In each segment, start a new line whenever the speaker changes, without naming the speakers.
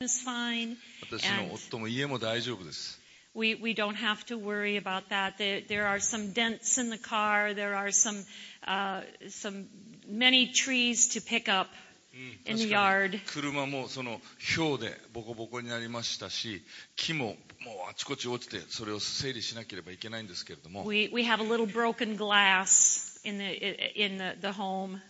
is fine.
私の夫も家も大丈夫です。
We, we don't have to worry about that. There, there are some dents in the car. There are some, uh, some many trees to pick up in the
確か
yard.
に車もその氷でボコボコになりましたし木ももうあちこち落ちてそれを整理しなければいけないんですけれども
We, we have a little broken glass in the, in the, the home.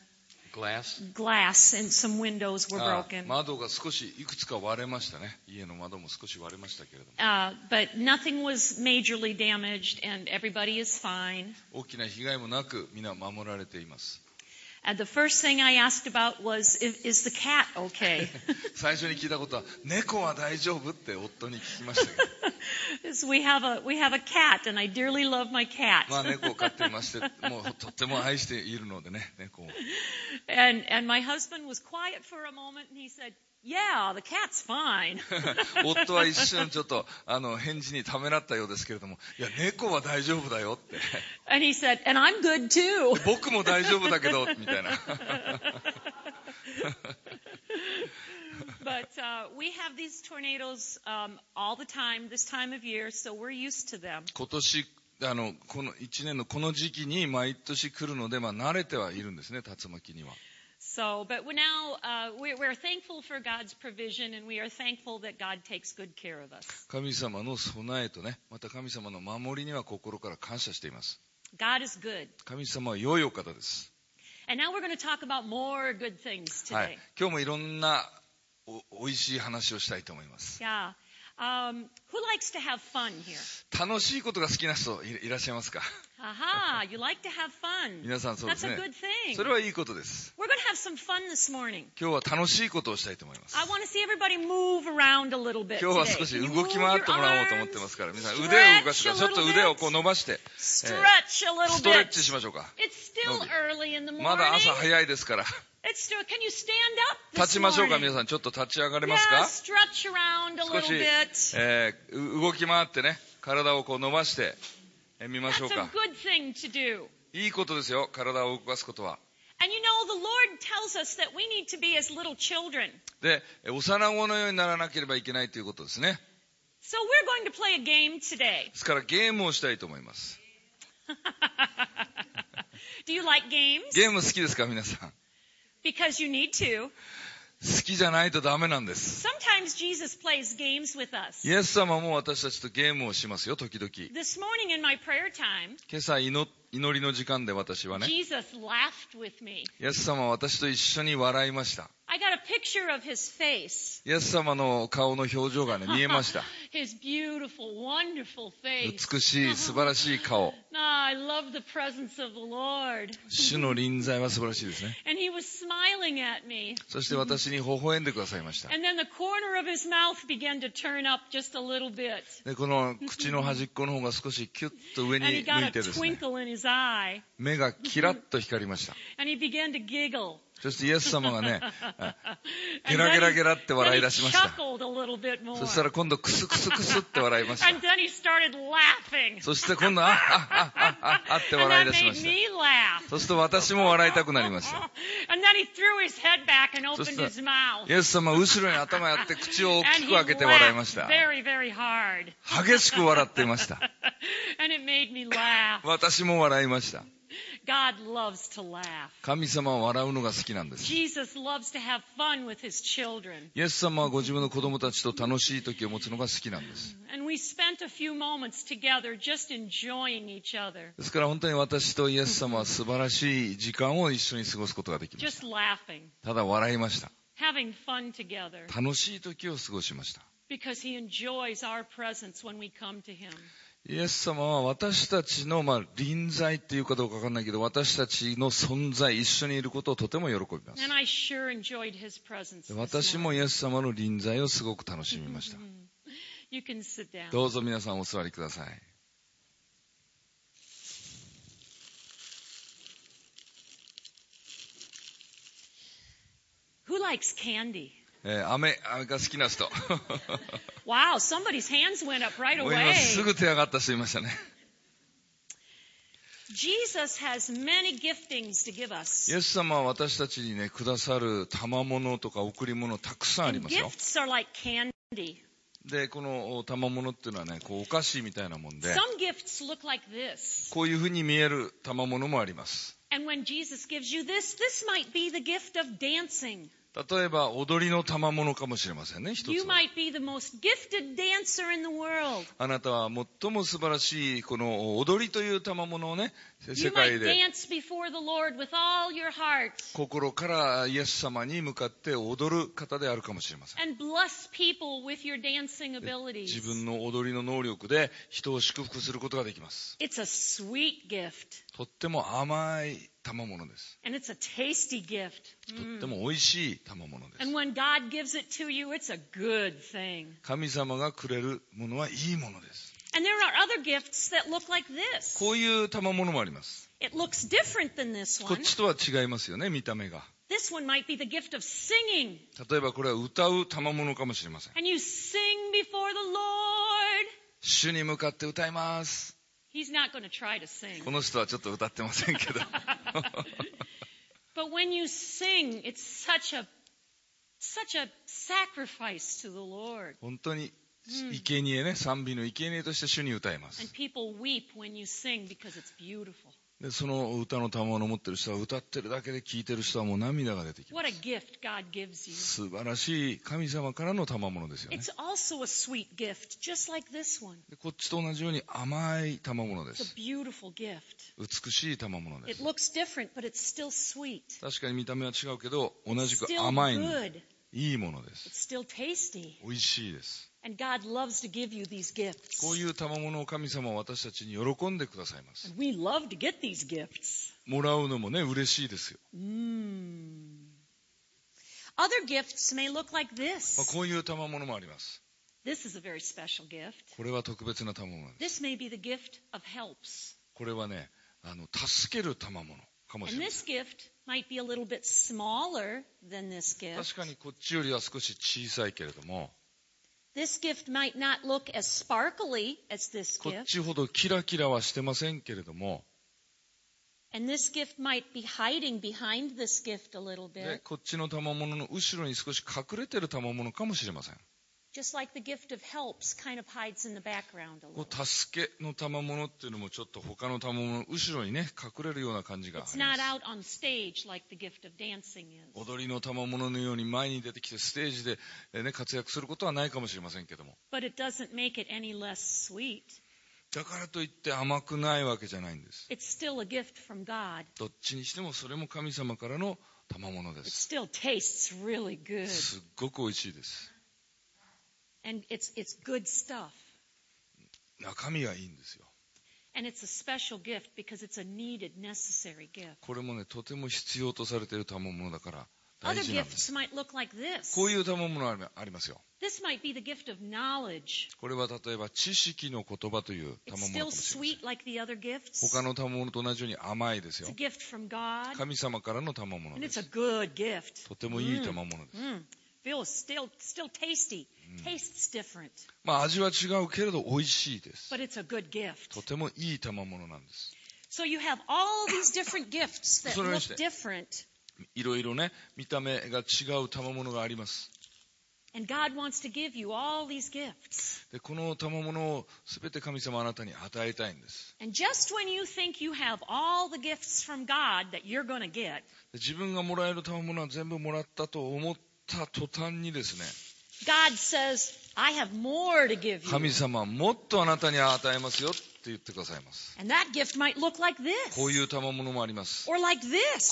glass
Glass and some windows were
あ
broken.
窓が少しいくつか割れましたね家の窓も少し割れましたけれども
Uh, but nothing was majorly damaged and everybody is fine.
大きな被害もなく皆守られています
And Uh, the first thing I asked about was, is, is the cat okay?
最初に聞いたことは猫は大丈夫って夫に聞きましたけど
Because we have a, we have a cat and I dearly love my cat.
まあ猫を飼っていましてもうとっても愛しているのでね猫を
And, and my husband was quiet for a moment and he said, yeah, the cat's fine.
夫は一瞬ちょっとあの返事にためらったようですけれどもいや猫は大丈夫だよって
and he said, and I'm good too.
僕も大丈夫だけどみ たいな
But uh, we have these tornadoes um, all the time, this time of year, so we're used to them.
今年あのこの1年のこの時期に毎年来るので、まあ、慣れてはいるんですね竜巻には
So, but we're now uh, we're, we're thankful for God's provision, and we are thankful that God takes good care of us.
神様の備えとねまた神様の守りには心から感謝しています
God is good.
神様は良いお方です
And now we're going to talk about more good things
は
today.
い、今日もいろんなお美味しい話をしたいと思います。
Yeah. Um, who likes to have fun here?
楽しいことが好きな人いいらっしゃいますか
Aha! You like to have fun.
皆さんそうで
That's
す
a
ね。
good thing.
それはいいことです。
We're going to have some fun this morning.
今日は楽しいことをしたいと思います。
I want to see everybody move around a little bit
今日は
today.
少し
Can you
動き回ってもらおうと思って
move your
ますから、皆さん
arms?
腕を動かしてください。
Stretch
ち
a little
ょっと腕を
bit.
こう伸ばして、
Stretch a
ス
little
トレッ
bit.
チしましょうか。
It's still
Nobody.
early in the
まだ朝
morning.
早いですから、
It's still, can you stand up
立
this
ちましょうか、皆
morning?
さん。ちょっと立ち上がれます
Yeah,
か
stretch around a
少
little
し
bit.、
えーう動き回ってね、体をこう伸ばしてえーみま
That's
しょう
a
か。
good thing to do.
いいことですよ、体を動かすことは。
And you know, the Lord tells us that we need to be as little children.
で、え幼子のようにならなければいけないということですね。
So we're going to play a game today.
ですからゲームをしたいと思います。
do you like games?
ゲーム好きですか皆さん。
Because you need to.
好きじゃないとダメなんです。
Sometimes Jesus plays games with us.
イエス様も私たちとゲームをしますよ、時々。
This morning in my prayer time,
今朝祈、祈りの時間で私はね、
Jesus laughed with me.
イエス様は私と一緒に笑いました。
I got a picture of his face.
イエス様の顔の表情 がね、見えました。
his beautiful, wonderful face.
美しい、素晴らしい顔。
Ah, I love the presence of the Lord.
主の臨在は素晴らしいですね。
And he was smiling at me.
そして私に微笑んでくださいました。
And then the corner of his mouth began to turn up just a little bit.
で、この口の端っこの方が少しキュッと上に
And he
向
got
い
a
てですね、
twinkle in his eye.
目がキラッと光りました。
And he began to giggle.
そしてイエス様 が ね、
And
ゲラゲラ
then
ゲ
he,
ラって笑
then
い出
he
しました。
chuckled a little bit more.
そしたら今度クスクスクスって笑いました。
And then he started laughing.
そして今度、あっあっあっあっっ て
And
笑い
that
出しま
made
した。
me laugh.
そして私も笑いたくなりました。
And then he threw his head back and opened
そしたら、
his mouth.
イエス様は後ろに頭やって口を大
And
き
he
く開けて笑いまし
laughed
た。
very, very hard.
激しく笑っていました。
and it made me laugh.
私も笑いました。
God loves to laugh.
神様は笑うのが好きなんです。
Jesus loves to have fun with his children.
イエス様はご自分の子供たちと楽しい時を持つのが好きなんです。
And we spent a few moments together just enjoying each other,
ですから本当に私とイエス様は素晴らしい時間を一緒に過ごすことができまし
just
た。
laughing,
ただ笑いました。
having fun together,
楽しい時を過ごしました。
because he enjoys our presence when we come to him.
イエス様は私たちの、まあ、臨在っていうかどうかわかんないけど、私たちの存在、一緒にいることをとても喜びます
And。I sure enjoyed his presence. this
で私
morning.
もイエス様の臨在をすごく楽しみました。
You can sit down.
どうぞ皆さんお座りください。
Who likes candy?
えー飴、飴が好きな人。
Wow, somebody's hands went up right
もう今
away.
すぐ手上がった人いましたね。
Jesus has many giftings to give us.
イエス様は私たちにね、くださる賜物とか贈り物たくさんあり
And
ますよ。
gifts are like candy.
で、このお賜物っていうのはね、こうお菓子みたいなもんで、
Some gifts look like this.
こういうふうに見える賜物もあります。
And when Jesus gives you this, this might be the gift of dancing.
例えば、踊りの賜物かもしれませんね、一
You
つは。
might be the most gifted dancer in the world.
あなたは最も素晴らしい、この踊りという賜物をね、世
You might
界で
dance before the Lord with all your heart
心からイエス様に向かって踊る方であるかもしれません。
and bless people with your dancing
自
abilities.
分の踊りの能力で人を祝福することができます。
It's a sweet gift
とっても甘い賜物です。
and it's a tasty gift. Mm.
とっても美味しい賜物で
And
す。
when God gives it to you, it's a good thing.
神様がくれるものはいいものです。
And there are other gifts that look like this.
こういう賜物もあります。
It looks different than this
こっ
one.
ちとは違いますよね、見た目が。
This one might be the gift of singing.
例えばこれは歌う賜物かもしれません。
And you sing before the Lord.
主に向かって歌います。
He's not going to try to sing.
この人はちょっと歌ってません けど。
But when you sing, it's such a such a sacrifice to the Lord.
本当に、生贄ね、賛美の生贄として主に歌いま
And
す。
people weep when you sing because it's beautiful.
で、その歌の賜物を持ってる人は歌ってるだけで聴いてる人はもう涙が出てきま
What a
す。
gift God gives you.
素晴らしい神様からの賜物ですよね
It's。also a sweet gift, just like this one.
でこっちと同じように甘い賜物で
It's a
す。
beautiful gift.
美しい賜物で
It
す。
looks different, but it's still sweet.
確かに見た目は違うけど、同
It's
じく
still
甘いの、
good.
いいものです。
It's still tasty.
美味しいです。
And God loves to give you these gifts.
こういう賜物を神様は私たちに喜んでくださいます。
And we love to get these gifts.
もらうのもね、嬉しいですよ。
Mmm. Other gifts may look like
まあ、
this.
こういう賜物もあります。
This is a very special gift.
これは特別な賜物です。
This may be the gift of helps.
これはね、あの、助ける賜物かもし
And
れませ
this gift might be a little bit smaller than this
ん。確
gift.
かにこっちよりは少し小さいけれども、
This gift might not look as sparkly as this
こっ
gift.
ちほどキラキラはしてませんけれども、
And this gift might be hiding behind this gift a little
で
bit,
こっちの賜物の後ろに少し隠れてる賜物かもしれません。
just like the gift of helps kind of hides in the background a
こ
little.
う助けの賜物っていうのもちょっと他の賜物の後ろにね、隠れるような感じがあ
It's
りま
not
す。
out on stage like the gift of dancing is.
踊りの賜物のように前に出てきてステージで、えーね、活躍することはないかもしれませんけども。
But it doesn't make it any less sweet.
だからといって甘くないわけじゃないんです。
It's still a gift from God.
どっちにしてもそれも神様からの賜物で
It
す。
still tastes really good.
すっごく美味しいです。
And it's, it's good stuff.
中身がいいんですよ。
And it's a special gift because it's a needed, necessary gift.
これもね、とても必要とされている賜物だから大
Other
事なんです。
gifts might look like this.
こういう賜物はありありますよ。
This might be the gift of knowledge.
これは例えば知識の言葉という賜
It's
物か
still
もしれません。
sweet like the other gifts.
他の賜物と同じように甘いですよ
It's a。gift from God.
神様からの賜物
And
で
it's a
す。
good gift.
とてもいい賜物です。
Mm. Feels still, still tasty. Tastes different.
まあ味は違うけれど美味しいです。
But it's a good gift.
とてもいい賜物なんです。
So you have all these different gifts that
それを
look
して。
different,
いろいろね、見た目が違う賜物があります。
and God wants to give you all these gifts.
で、この賜物をすべて神様あなたに与えたいんです。
And just when you think you have all the gifts from God that you're going to get,
で自分がもらえる賜物は全部もらったと思った途端にですね、
God says, I have more to give you.
神様はもっとあなたに与えますよって言ってくださいます。
And that gift might look like
こうい
this,
う賜物もあります。
or like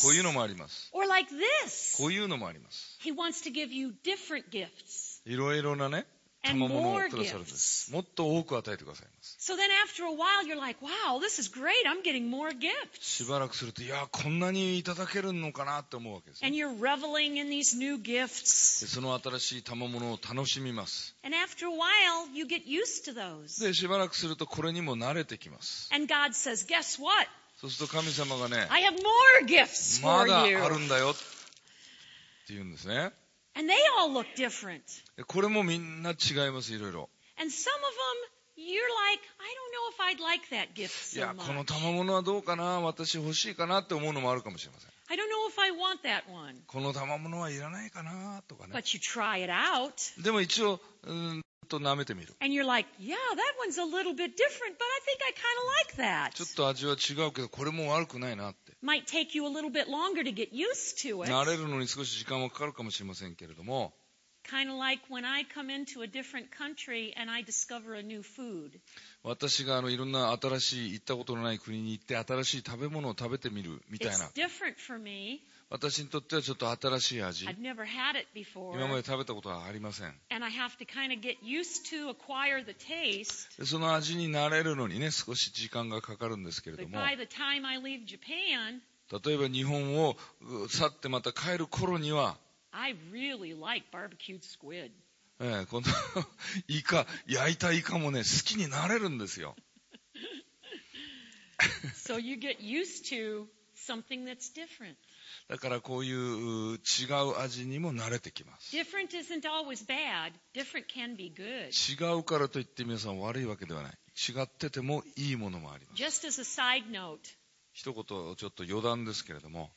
こういう
this,
のもあります。
or like this.
こういうのもあります。
He wants to give you different gifts
いろいろなね、賜
and
物を
more
くださるんです。
gifts.
もっと多く与えてくださいます。
So then after a while, you're like, wow, this is great. I'm getting more gifts.
しばらくすると、いや、こんなにいただけるのかなって思うわけですよ。
And you're reveling in these new gifts.
でその新しい賜物を楽しみます。
And after a while, you get used to those.
で、しばらくするとこれにも慣れてきます。
And God says, guess what?
そうすると神様がね、
I have more gifts
ま
for
だある
you.
んだよって言うんですね。
And they all look different.
でこれもみんな違います、いろいろ。
And some of them you're like, I don't know if I'd like that gift
い
so
や、この
much.
賜物はどうかな、私欲しいかなって思うのもあるかもしれません。
I don't know if I want that one.
この賜物はいらないかなとかね。
But you try it out,
でも一応、うーんと舐めてみる。
and you're like, yeah, that one's a little bit different, but I think I kind of like
ちょっ
that.
と味は違うけど、これも悪くないなって。
Might take you a little bit longer to get used to it.
慣れるのに少し時間はかかるかもしれませんけれども、
Kind of like when I come into a different country and I discover a new food.
私があのいろんな新しい、行ったことのない国に行って、新しい食べ物を食べてみるみたい
It's
な。
different for me.
私にとってはちょっと新しい味。
I've never had it
今ま
before.
で食べたことはありません。
And I have to kind of get used to acquire the taste.
でその味に慣れるのにね、少し時間がかかるんですけれど
But
も、
by the time I leave Japan,
例えば日本をう去ってまた帰る頃には、
I really like barbecued squid.
えーこの イカ、焼いたイカもね、好きになれるんですよ。
So you get used to something that's different.
だからこういうう違う味にも慣れてきます。
Different isn't always bad. Different can be good.
違うからといって皆さん悪いわけではない。違っててもいいものもあります。
Just as a side note,
一言ちょっと余談ですけれども、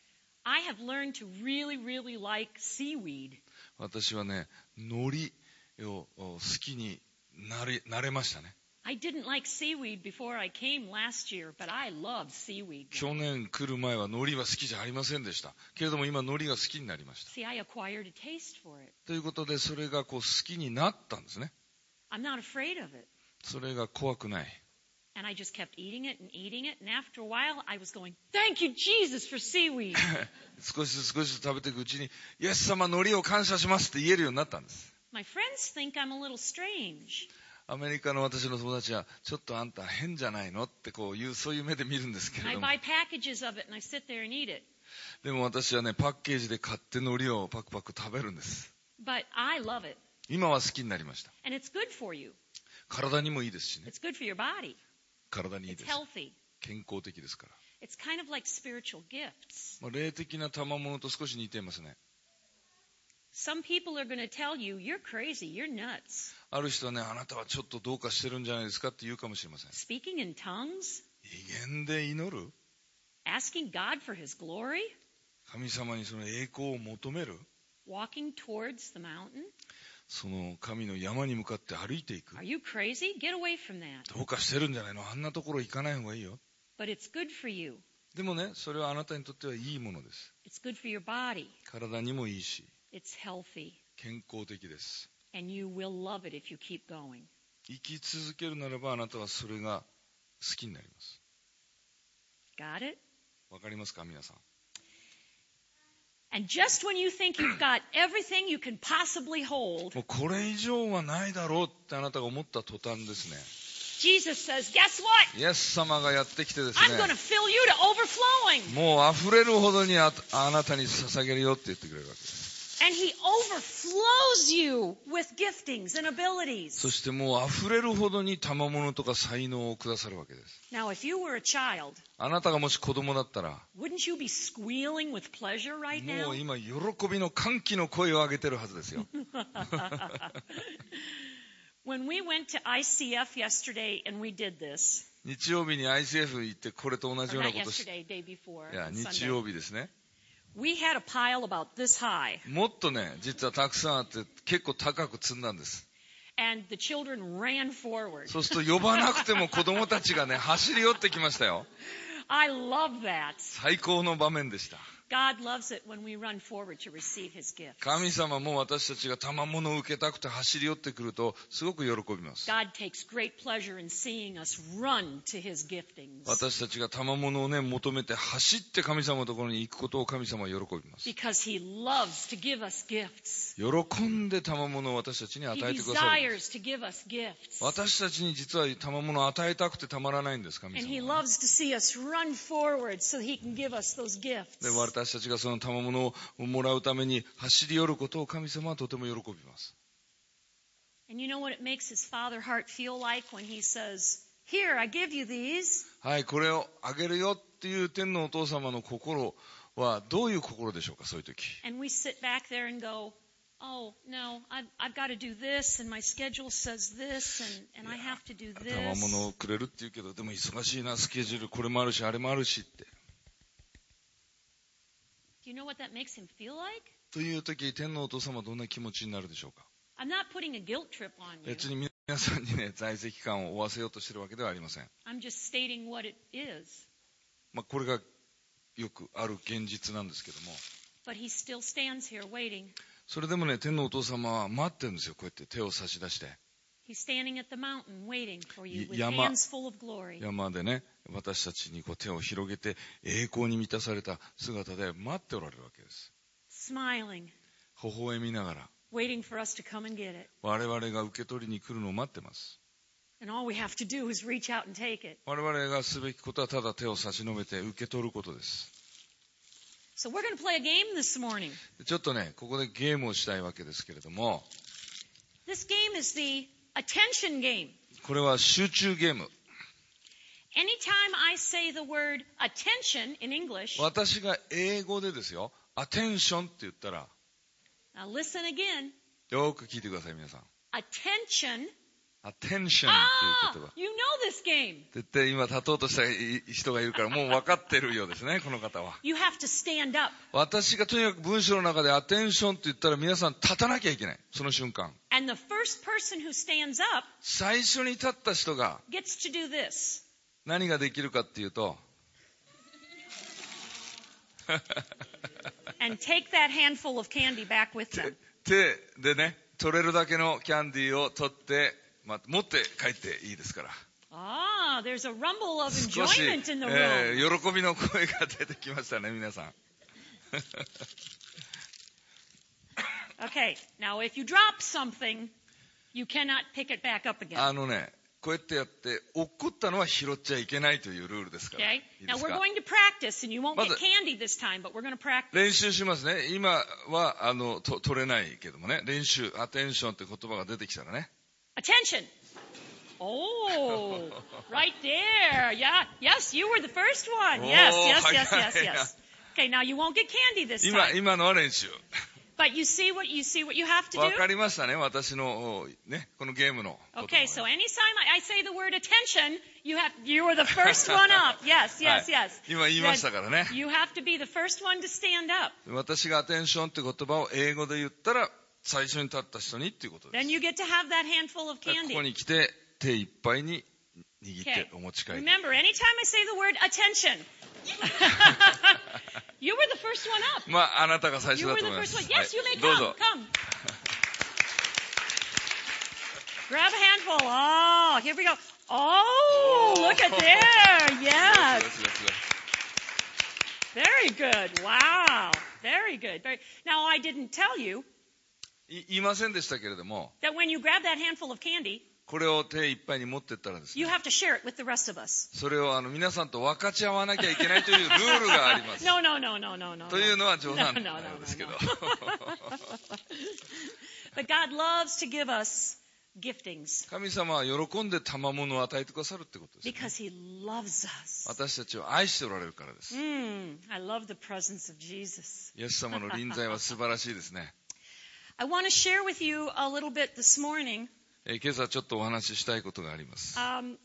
I have learned to really, really like seaweed.
私はね、海苔をお好きになれ、なれましたね。
I didn't like seaweed before I came last year, but I love seaweed.
去年来る前は海苔は好きじゃありませんでした。けれども今海苔が好きになりました。
See, I acquired a taste for it.
ということで、それがこう好きになったんですね。
I'm not afraid of it.
それが怖くない。
And I just kept eating it and eating it. And after a while, I was going, Thank you, Jesus, for seaweed.
少しずつ少しずつ食べていくうちに、イエス様海苔を感謝しますって言えるようになったんです。
My friends think I'm a little strange.
アメリカの私の友達は、ちょっとあんた変じゃないのってこういう、そういう目で見るんですけ
And
れ
I
ども。
buy packages of it and I sit there and eat it.
でも私はね、パッケージで買って海苔をパクパク食べるんです。
But I love it.
今は好きになりました。
And it's good for you.
体にもいいですしね。
It's good for your body.
体にいい
It's
です。
healthy.
健康的ですから。
It's kind of like spiritual gifts.
まあ、霊的な賜物と少し似ていますね。
Some people are going to tell you, You're crazy. You're nuts.
ある人はね、あなたはちょっとどうかしてるんじゃないですかって言うかもしれません。
Speaking in tongues,
威厳で祈る
asking God for his glory,
神様にその栄光を求める
walking towards the mountain.
その神の山に向かって歩いていく
Are you crazy? Get away from that.
どうかしてるんじゃないのあんなところ行かない方がいいよ。
But it's good for you.
でもね、それはあなたにとってはいいものです。
It's good for your body.
体にもいいし、
It's healthy.
健康的です。
And you will love it if you keep going.
生き続けるならばあなたはそれが好きになります。
Got it?
わかりますか皆さん。
And just when you think you've got everything you can possibly hold,
もうこれ以上はないだろうってあなたが思った途端ですね。
Jesus says, Guess what?
イエス様がやってきてです
I'm going
ね
to、fill you to overflowing.
もう溢れるほどにああなたに捧げるよって言ってくれるわけです。
And He overflows you with giftings and
そ
abilities.
してもう溢れるほどに賜物とか才能をくださるわけです。
Now, if you were a child,
あなたがもし子供だったら、
wouldn't you be squealing with pleasure right now?
もう 今喜びの歓喜の声を上げてるはずですよ。
when we went to ICF yesterday and we did this,
日曜日に ICF 行ってこれと同
or
じような
not
ことし、い
yesterday, day before,
や、
on
日
Sunday,
曜日ですね。
we had a pile about this high,
もっとね、実はたくさんあって結構高く積んだんです。
and the children ran forward.
そうすると呼ばなくても子供たちがね、 走り寄ってきましたよ。
I love that.
最高の場面でした。
God loves it when we run forward to receive His gift.
神様も私たちが賜物を受けたくて走り寄ってくると、すごく喜びます。
God takes great pleasure in seeing us run to His giftings
私たちが賜物をね、求めて走って神様のところに行くことを神様は喜びます。
because He loves to give us gifts.
喜んで賜物を私たちに与
He
えてくださる。
desires to give us gifts.
私たちに実は賜物を与えたくてたまらないんです、神
And He
様は。
loves to see us run forward so He can give us those
で
gifts.
私たちがその賜物をもらうために走り寄ることを神様はとても喜びます。
And you know what it makes His Father heart feel like when He says, Here, I give you these.
はい、これをあげるよっていう天のお父様の心はどういう心でしょうか、そういう時。
And we sit back there and go, oh no, I've, I've got to do this, and my schedule says this, and, and I
Yeah.
have to do
賜
this.
物をくれるって言うけど、でも忙しいな、スケジュール、これもあるし、あれもあるしって。
Do you know what that makes him feel like?
という時、天のお父様はどんな気持ちになるでしょうか
I'm not putting a guilt trip on you.
別に皆さんにね、在籍感を負わせようとしてるわけではありません。
I'm just stating what it is.
まあ、これがよくある現実なんですけども、
But he still stands here waiting.
それでもね、天のお父様は待ってるんですよ、こうやって手を差し出して。
He's standing at the mountain waiting for you
Y-
with
yama-
hands full of glory.
山でね、私たちにこう手を広げて、栄光に満たされた姿で待っておられるわけです。
smiling,
微笑みながら、
waiting for us to come and get it.
我々が受け取りに来るのを待ってます。
And all we have to do is reach out and take it.
我々がすべきことはただ手を差し伸べて受け取ることです。
So we're going to play a game this morning.
ちょっとね、ここでゲームをしたいわけですけれども、
This game is the attention game.
これは集中ゲーム。
Anytime I say the word attention in English,
私が英語でですよ、アテンションって言ったら、
now listen again.
よく聞いてください、皆さん。
Attention.
アテンションっ
Ah,
ていう言
you
葉。
know this game.
絶対今立とうとしたい人がいるから、もう分かってるようですね、この方は。
You have to stand up.
私がとにかく文章の中でアテンションって言ったら皆さん立たなきゃいけない。その瞬間。
And the first person who stands up
最初に立った人が
gets to do this.
何ができるかっていうと、
And take that handful of candy back with them.
手でね、取れるだけのキャンディーを取って、まあ持って帰っていいですから。
Ah, there's a rumble of
少し、え
enjoyment in the room.
ー喜びの声が出てきましたね、皆 さん。
Okay, now if you drop something, you cannot pick it back up again.
あのね、こうやってやって、落っこったのは拾っちゃいけないというルールですから。
Okay?
いいで
Now
す
we're
か
going to practice, and you won't get
まず-
candy this time, but we're going to practice.
練習しますね。今は、あの、と取れないけどもね。練習、アテンションって言葉が出てきたらね。
Attention! Oh, right there. Yeah, yes, you were the first one. Yes,
Oh,
yes,
I
yes,
got
yes,
it.
yes. Okay, now you won't get candy this
今、
time.
今のは練習。
But you see what you see what you have to
わか
do?
りましたね。私の、おね、このゲームの言葉。
Okay, so anytime I, I say the word attention, you have you were the first one up. Yes, yes,
は
yes.
今言いましたからね。
You have to be the first one to stand up.
私がアテンションって言葉を英語で言ったら、最初に立った人にっていうことです
Then。you get to have that handful of
だからこ
candy.
こに来て、手いっぱいに握ってお持ち帰り。
Remember, anytime I say the word attention, you were the first one up.
まあ、あなたが最初
You
だ
were
と
the
思いま
first
す。
one. Yes, you
は
may
いどう
come.
ぞ。
Come. Grab a handful. Oh, here we go. Oh,
Oh.
look at there.
よ
Yes.
しよしよし
Very good. Wow. Very good. Very... Now, I didn't tell you
い言いませんでしたけれども、
that when you grab that handful of candy,
これを手いっぱいに持ってったらですね
you、have to share it with the rest of us.
それをあの皆さんと分かち合わなきゃいけ ないというルールがあります。
No, no, no, no, no, no.
というのは冗談
No,
の
no,
よ
no,
うですけど
no,。But God loves to give us giftings
神様は喜んで賜物を与えてくださるってことですね。
because He loves us.
私たちを愛しておられるからです。
Mm, I love the presence of Jesus.
イエス様の臨在は素晴らしいですね。
I want to share with you a little bit this morning
えー今朝ちょっとお話ししたいことがあります。
um,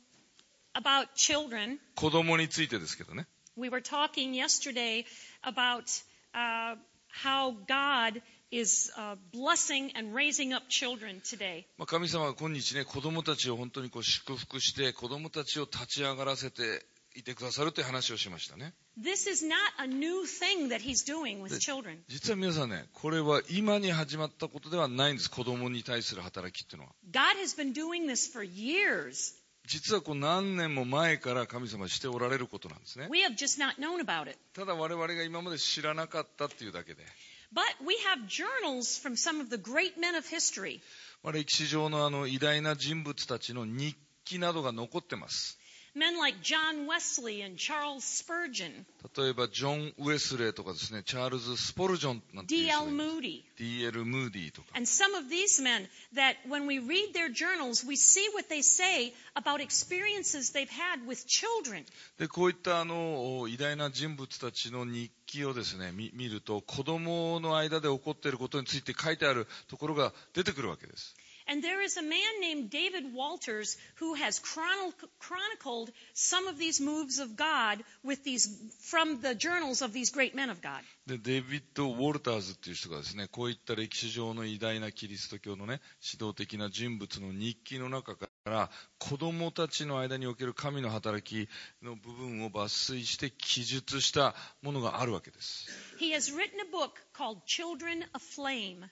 about children.
子供についてですけどね。
We were talking yesterday about uh, how God is uh, blessing and raising up children today.
まあ、神様は今日ね、子供たちを本当にこう祝福して、子供たちを立ち上がらせていてくださるという話をしましたね。
This is not a new thing that He's doing with
The-
children.
実は皆さんね、これは今に始まったことではないんです。子供に対する働きっていうのは。
God has been doing this for years.
実はこう何年も前から神様はしておられることなんですね。
We have just not known about it.
ただ我々が今まで知らなかったっていうだけで。
But we have journals from some of the great men of history.
まあ、歴史上のあの偉大な人物たちの日記などが残ってます。
Men like John Wesley and Charles Spurgeon,
例えば、ジョン・ウェスレーとかですね、チャールズ・スポルジョンなんていう
D.L.
人がいます
Moody,
D.L. ムーディとか。
and some of these men that when we read their journals, we see what they say about experiences they've had with children.
で、こういったあの、偉大な人物たちの日記をですね、見見ると、子供の間で起こっていることについて書いてあるところが出てくるわけです。
And there is a man named David Walters who has chronic- chronicled some of these moves of God with these, from the journals of these great men of God.
で、デイビッド・ウォルターズっていう人がですね、こういった歴史上の偉大なキリスト教のね、指導的な人物の日記の中から、子供たちの間における神の働きの部分を抜粋して記述したものがあるわけです。
He has written a book called Children Aflame.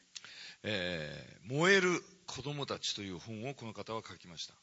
えー燃える子供たちという本をこの方は書きました。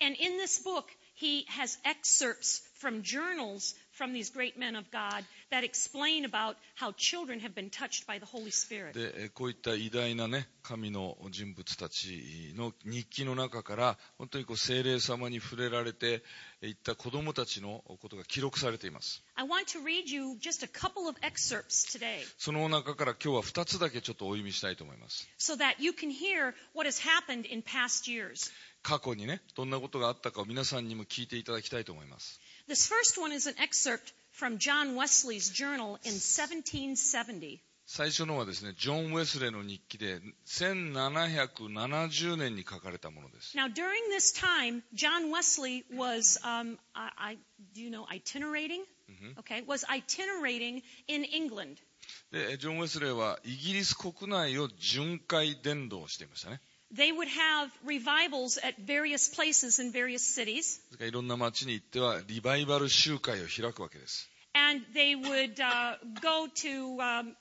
And in this book, he has excerpts from journals from these great men of God that explain about how children have been touched by the Holy Spirit.
で、えーこういった偉大なね、神の人物たちの日記の中から、本当にこう精霊様に触れられていった子供たちのことが記録されています。
I want to read you just a couple of excerpts today
その中から今日は2つだけちょっとお読みしたいと思います。
so that you can hear what has happened in past years.
過去にね、どんなことがあったかを皆さんにも聞いていただきたいと思います。
This first one is an excerpt from John Wesley's journal in 1770.
最初のはですね、ジョン・ウェスレーの日記で1770年に書かれたものです。
Now, during this time, John Wesley was, um, I, I, do you know, itinerating?
うん
Okay, was itinerating in England.
で、ジョン・ウェスレーはイギリス国内を巡回伝道していましたね。
They would have revivals at various places in various cities,
それからいろんな町に行ってはリバイバル集会を開くわけです。
and they would uh, go to. Um,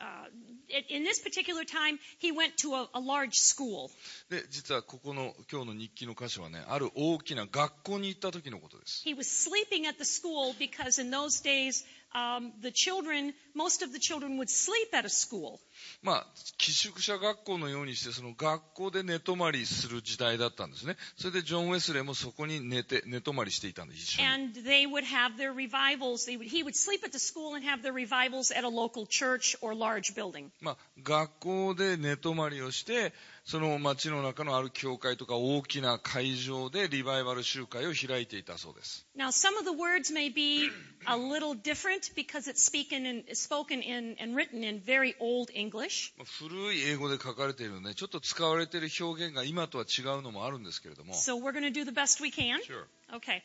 uh, in- in this particular time, he went to a, a large school,
で、実はここの今日の日記の箇所はね、ある大きな学校に行った時のことです。
he was sleeping at the school because in those days um, the children most of the children would sleep at a school
まあ、寄宿舎学校のようにして、その学校で寝泊まりする時代だったんですね。それでジョン・ウェスレーもそこに寝て、寝泊まりしていたんです、一緒に。
and they would have their revivals they would, he would sleep at the school and have their revivals at a local church or large building
まあ、学校で寝泊まりをして、その街の中のある教会とか大きな会場でリバイバル集会を開いていたそうです。
now some of the words may be a little different because it's speaking in, spoken in and written in very old english
まあ古い英語で書かれているので、ちょっと使われている表現が今とは違うのもあるんですけれども。
so we're going to do the best we can
Sure.
okay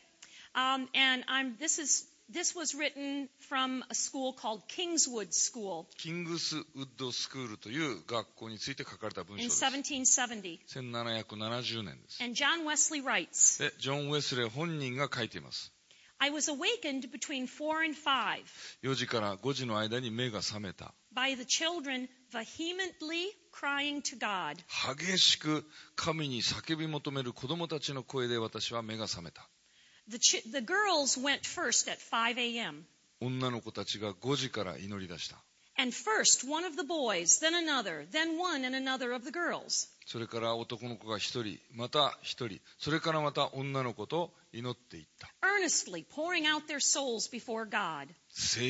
um, and i'm this is this was written from a school called kingswood school
キングスウッドスクールという学校について書かれた文章
in
です。
1770.
1770年です。
And John Wesley writes,
で、ジョン・ウェスレー本人が書いています。
I was awakened between four and five
4時から5時の間に目が覚めた。
by the children vehemently crying to God.
激しく神に叫び求める子供たちの声で私は目が覚めた。
The, ch- the girls went first at 5 a.m.
女の子たちが5時から祈り出した。
And first one of the boys, then another, then one and another of the girls.
それから男の子が1人、また1人、それからまた女の子と祈っていった。
Earnestly pouring out their souls before God,
誠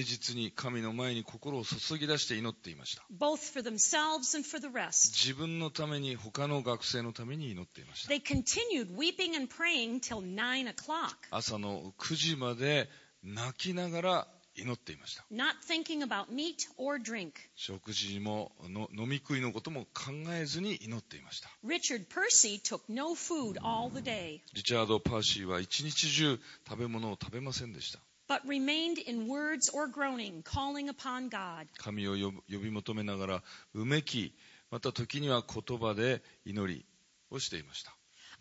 実に神の前に心を注ぎ出して祈っていました。
both for themselves and for the rest.
自分のために他の学生のために祈っていました。
They continued weeping and praying till nine o'clock,
朝の9時まで泣きながら祈っていました。
not thinking about meat or drink.
食事もの飲み食いのことも考えずに祈っていました
Richard Percy took no food all the day,
リチャード・パーシーは一日中食べ物を食べませんでした
but remained in words or groaning, calling upon God.
神を呼ぶ呼び求めながらうめきまた時には言葉で祈りをしていました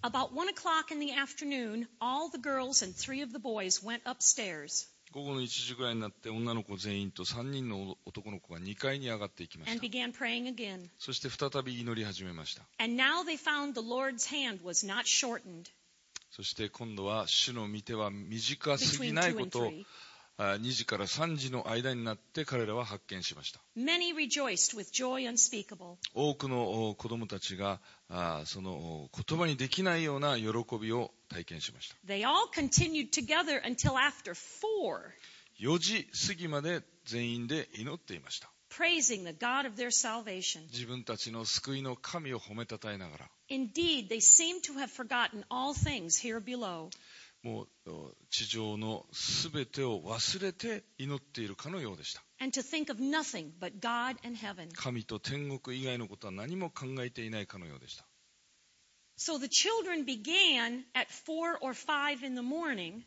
About one o'clock in the afternoon, all the girls and three of the boys went upstairs
午後の1時ぐらいになって女の子全員と3人の男の子が2階に上がっていきまし
and
た
began praying again.
そして再び祈り始めました
And now they found the Lord's hand was not shortened
そして今度は主の御手は短すぎ
between
ない
two
こ
and
とを
three,
あ2時から3時の間になって彼らは発見しました
Many rejoiced with joy unspeakable.
多くのお子供たちがあそのお言葉にできないような喜びを体験しました
They all continued together until after four,
4時過ぎまで全員で祈っていました
praising the God of their salvation.
自分たちの救いの神を褒めたたえながら
Indeed, they seemed to have forgotten all things here below.
もうお地上のすべてを忘れて祈っているかのようでした
and to think of nothing but God and heaven.
神と天国以外のことは何も考えていないかのようでした
So the children began at four or five in the morning.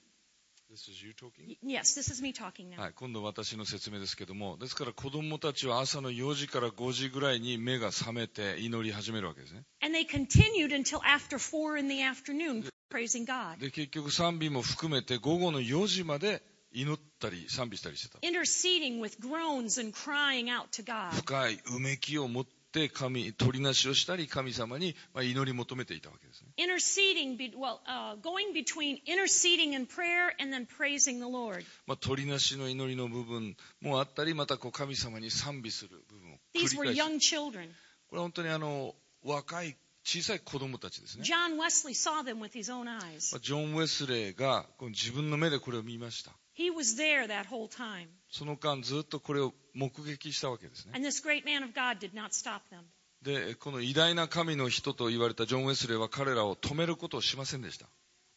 This is you talking?
Y- Yes, this is me talking now.
はい、今度私の説明ですけども、ですから子供たちは朝の4時から5時ぐらいに目が覚めて祈り始めるわけですね。
And they continued until after four in the afternoon, praising God,
で、結局賛美も含めて午後の4時まで祈ったり賛美したりしてた。
interceding with groans and crying out to God.
深いうめきを持って神、取りなしをしたり神様にまあ祈り求めていたわけですね。
Interceding, be, well, uh, going between interceding in prayer and then praising the Lord.
まあ、取りなしの祈りの部分もあったり、またこう神様に賛美する部分を
These
繰
were
り返し
young children.
これは本当にあの、若い、小さい子供たちですね。
John Wesley saw them with his own eyes.
まあジョン・ウェスレーがこの自分の目でこれを見ました。
He was there that whole time.
その間ずっとこれを目撃したわけですね。
And this great man of God did not stop them.
で、この偉大な神の人と言われたジョン・ウェスレーは彼らを止めることをしませんでした。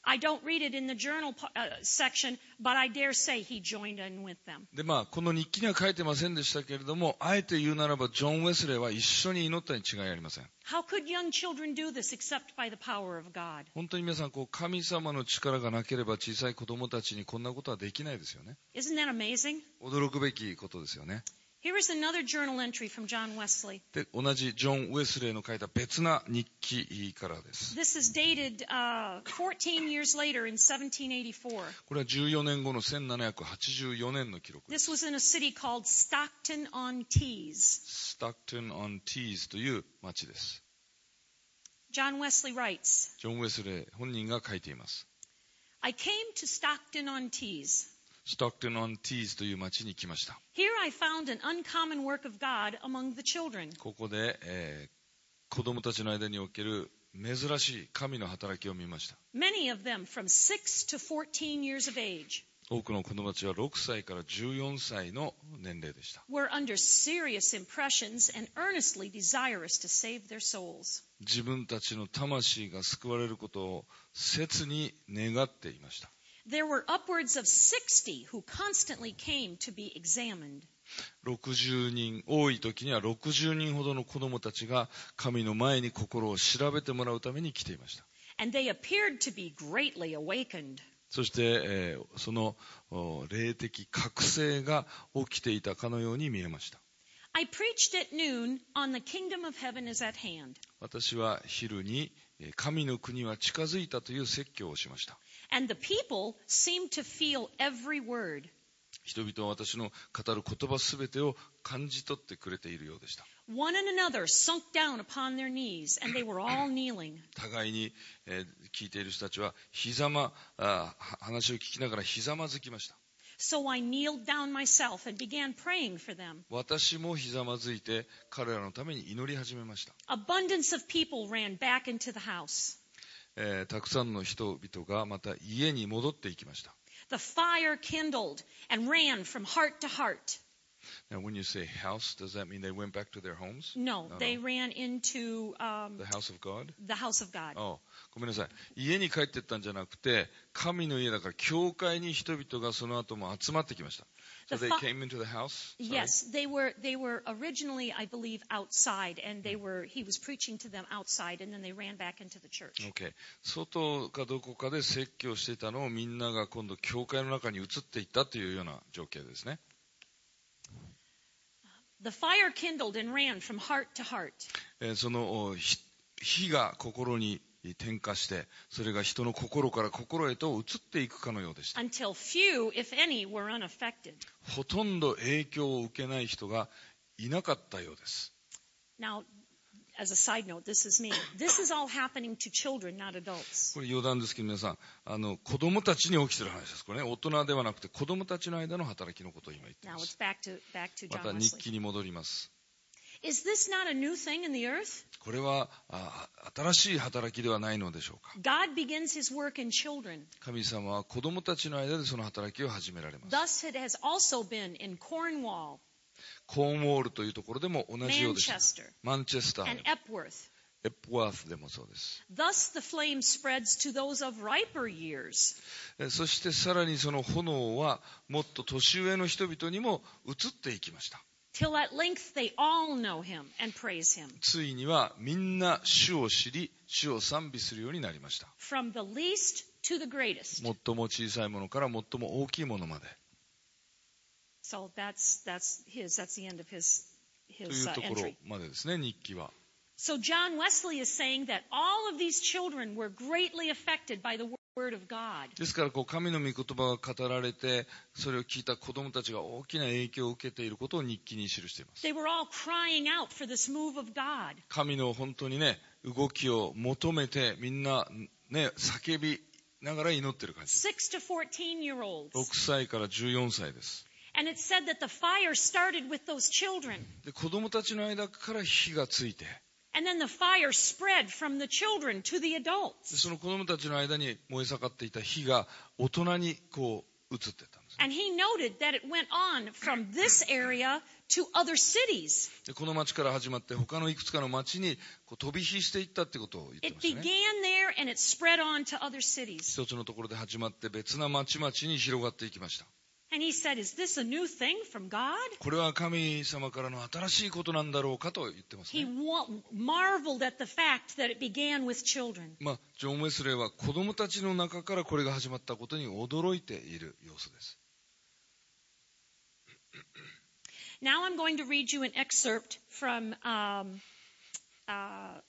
I don't read it in the journal pa- uh, section, but I dare say he joined in with them.
で、まあ、この日記には書いてませんでしたけれども、あえて言うならば、ジョン・ウェスレーは一緒に祈ったに違いありません。
How could young children do this except by the power of God?
本当に皆さん、こう、神様の力がなければ小さい子供たちにこんなことはできないですよね。
Isn't that amazing?
驚くべきことですよね。
Here is another journal entry from John Wesley.
で、同じジョン・ウェスレーの書いた別な日記からです。
This is dated uh, 14 years later in 1784.
これは14年後の1784年の記録で
This
す
was in a city called Stockton on Tees.
Stockton on Tees という町です。
John Wesley writes
ジョン・ウェスレー本人が書いています。
I came to Stockton on Tees.
Stockton on Tees という町に来ました。
Here I found an uncommon work of God among the children.
ここで、えー子供たちの間における珍しい神の働きを見ました。
many of them from 6 to 14 years of age
多くの子供たちは6歳から14歳の年齢でした。
were under serious impressions and earnestly desirous to save their souls.
自分たちの魂が救われることを切に願っていました。
There were upwards of 60 who constantly came to be examined.
60人、多い時には60人ほどの子供たちが神の前に心を調べてもらうために来ていました。
And they appeared to be greatly awakened.
そして、えーそのお霊的覚醒が起きていたかのように見えました。
I preached at noon on the kingdom of heaven is at hand,
私は昼にえー神の国は近づいたという説教をしました。
and the people seemed to feel every word.
人々は私の語る言葉すべてを感じ取ってくれているようでした。
One and another sunk down upon their knees, and they were all kneeling.
互いに、えー聞いている人たちはひざまあーは話を聞きながらひざまずきました。
So I kneeled down myself and began praying for them.
私もひざまずいて彼らのために祈り始めました。
Abundance of people ran back into the house.
えーたくさんの人々がまた家に戻っていきました。
The fire kindled and ran from heart to heart.
Now, when you say house, does that mean they went back to their homes?
No,
No,
they
no.
ran into um,
The house of God?
the house of God.
ああごめんなさい。家に帰ってったんじゃなくて、神の家だから、教会に人々がその後も集まってきました。So
The
they
fa-
came into the house? Sorry.
Yes, they were they were originally, I believe, outside, and they were he was preaching to them outside, and then they ran back into the church.
Okay. 外かどこかで説教していたのをみんなが今度教会の中に移っていったというような情景ですね。
The fire kindled and ran from heart to heart.
えーそのおひ火が心に点火して、それが人の心から心へと移っていくかのようでした。
Until few, if any, were unaffected.
ほとんど影響を受けない人がいなかったようです。
Now, as a side note, this is me. This is all happening to children, not adults.
これ余談ですけど皆さん、あの、子供たちに起きてる話です。これね、大人ではなくて子供たちの間の働きのことを今言ってい
Now
ま
it's
す。
back to back to
ま
John
た日
Wesley.
記に戻ります。
Is this not a new thing in the earth?
これは、あ新しい働きではないのでしょうか。
God begins his work in children.
神様は子供たちの間でその働きを始められます。
Thus it has also been in Cornwall,
コーンウォールというところでも同じようでした。
Manchester,
マンチェスター
and
でも、
Epworth.
エップワースでもそうです。
Thus the flame spreads to those of riper years.
えそしてさらにその炎はもっと年上の人々にも移っていきました。
Till at length they all know him and praise him.
ついにはみんな主を知り、主を賛美するようになりました。
From the least to the greatest.
最も小さいものから最も大きいものまで
So that's that's his. That's the end of his
とい
his
う
uh,
ところ
entry.
までですね、日記は。
So John Wesley is saying that all of these children were greatly affected by the word of God.
ですからこう神の御言葉が語られて、それを聞いた子供たちが大きな影響を受けていることを日記に記しています。
They were all crying out for this move of God.
神の本当にね、動きを求めてみんなね、叫びながら祈ってる感じ。
Six to fourteen year
6
olds.
歳から14歳です。
And it said that the fire started with those children.
で、子供たちの間から火がついて、
And then the fire spread from the children to the
で
adults.
その子供たちの間に燃え盛っていた火が大人にこう移ってったんですね。
And he noted that it went on from this area to other cities.
でこの町から始まって他のいくつかの町にこう飛び火していったってことを言って
It
ましたね。
began there and it spread on to other cities.
一つのところで始まって別な町々に広がっていきました。
And he said, Is this a new thing from God?
これは神様からの新しいことなんだろうかと言ってます
He
ね。
wa- marveled at the fact that it began with children.
まあ、ジョン・ウェスレーは子供たちの中からこれが始まったことに驚いている様子です。
Now I'm going to read you an excerpt from um, uh,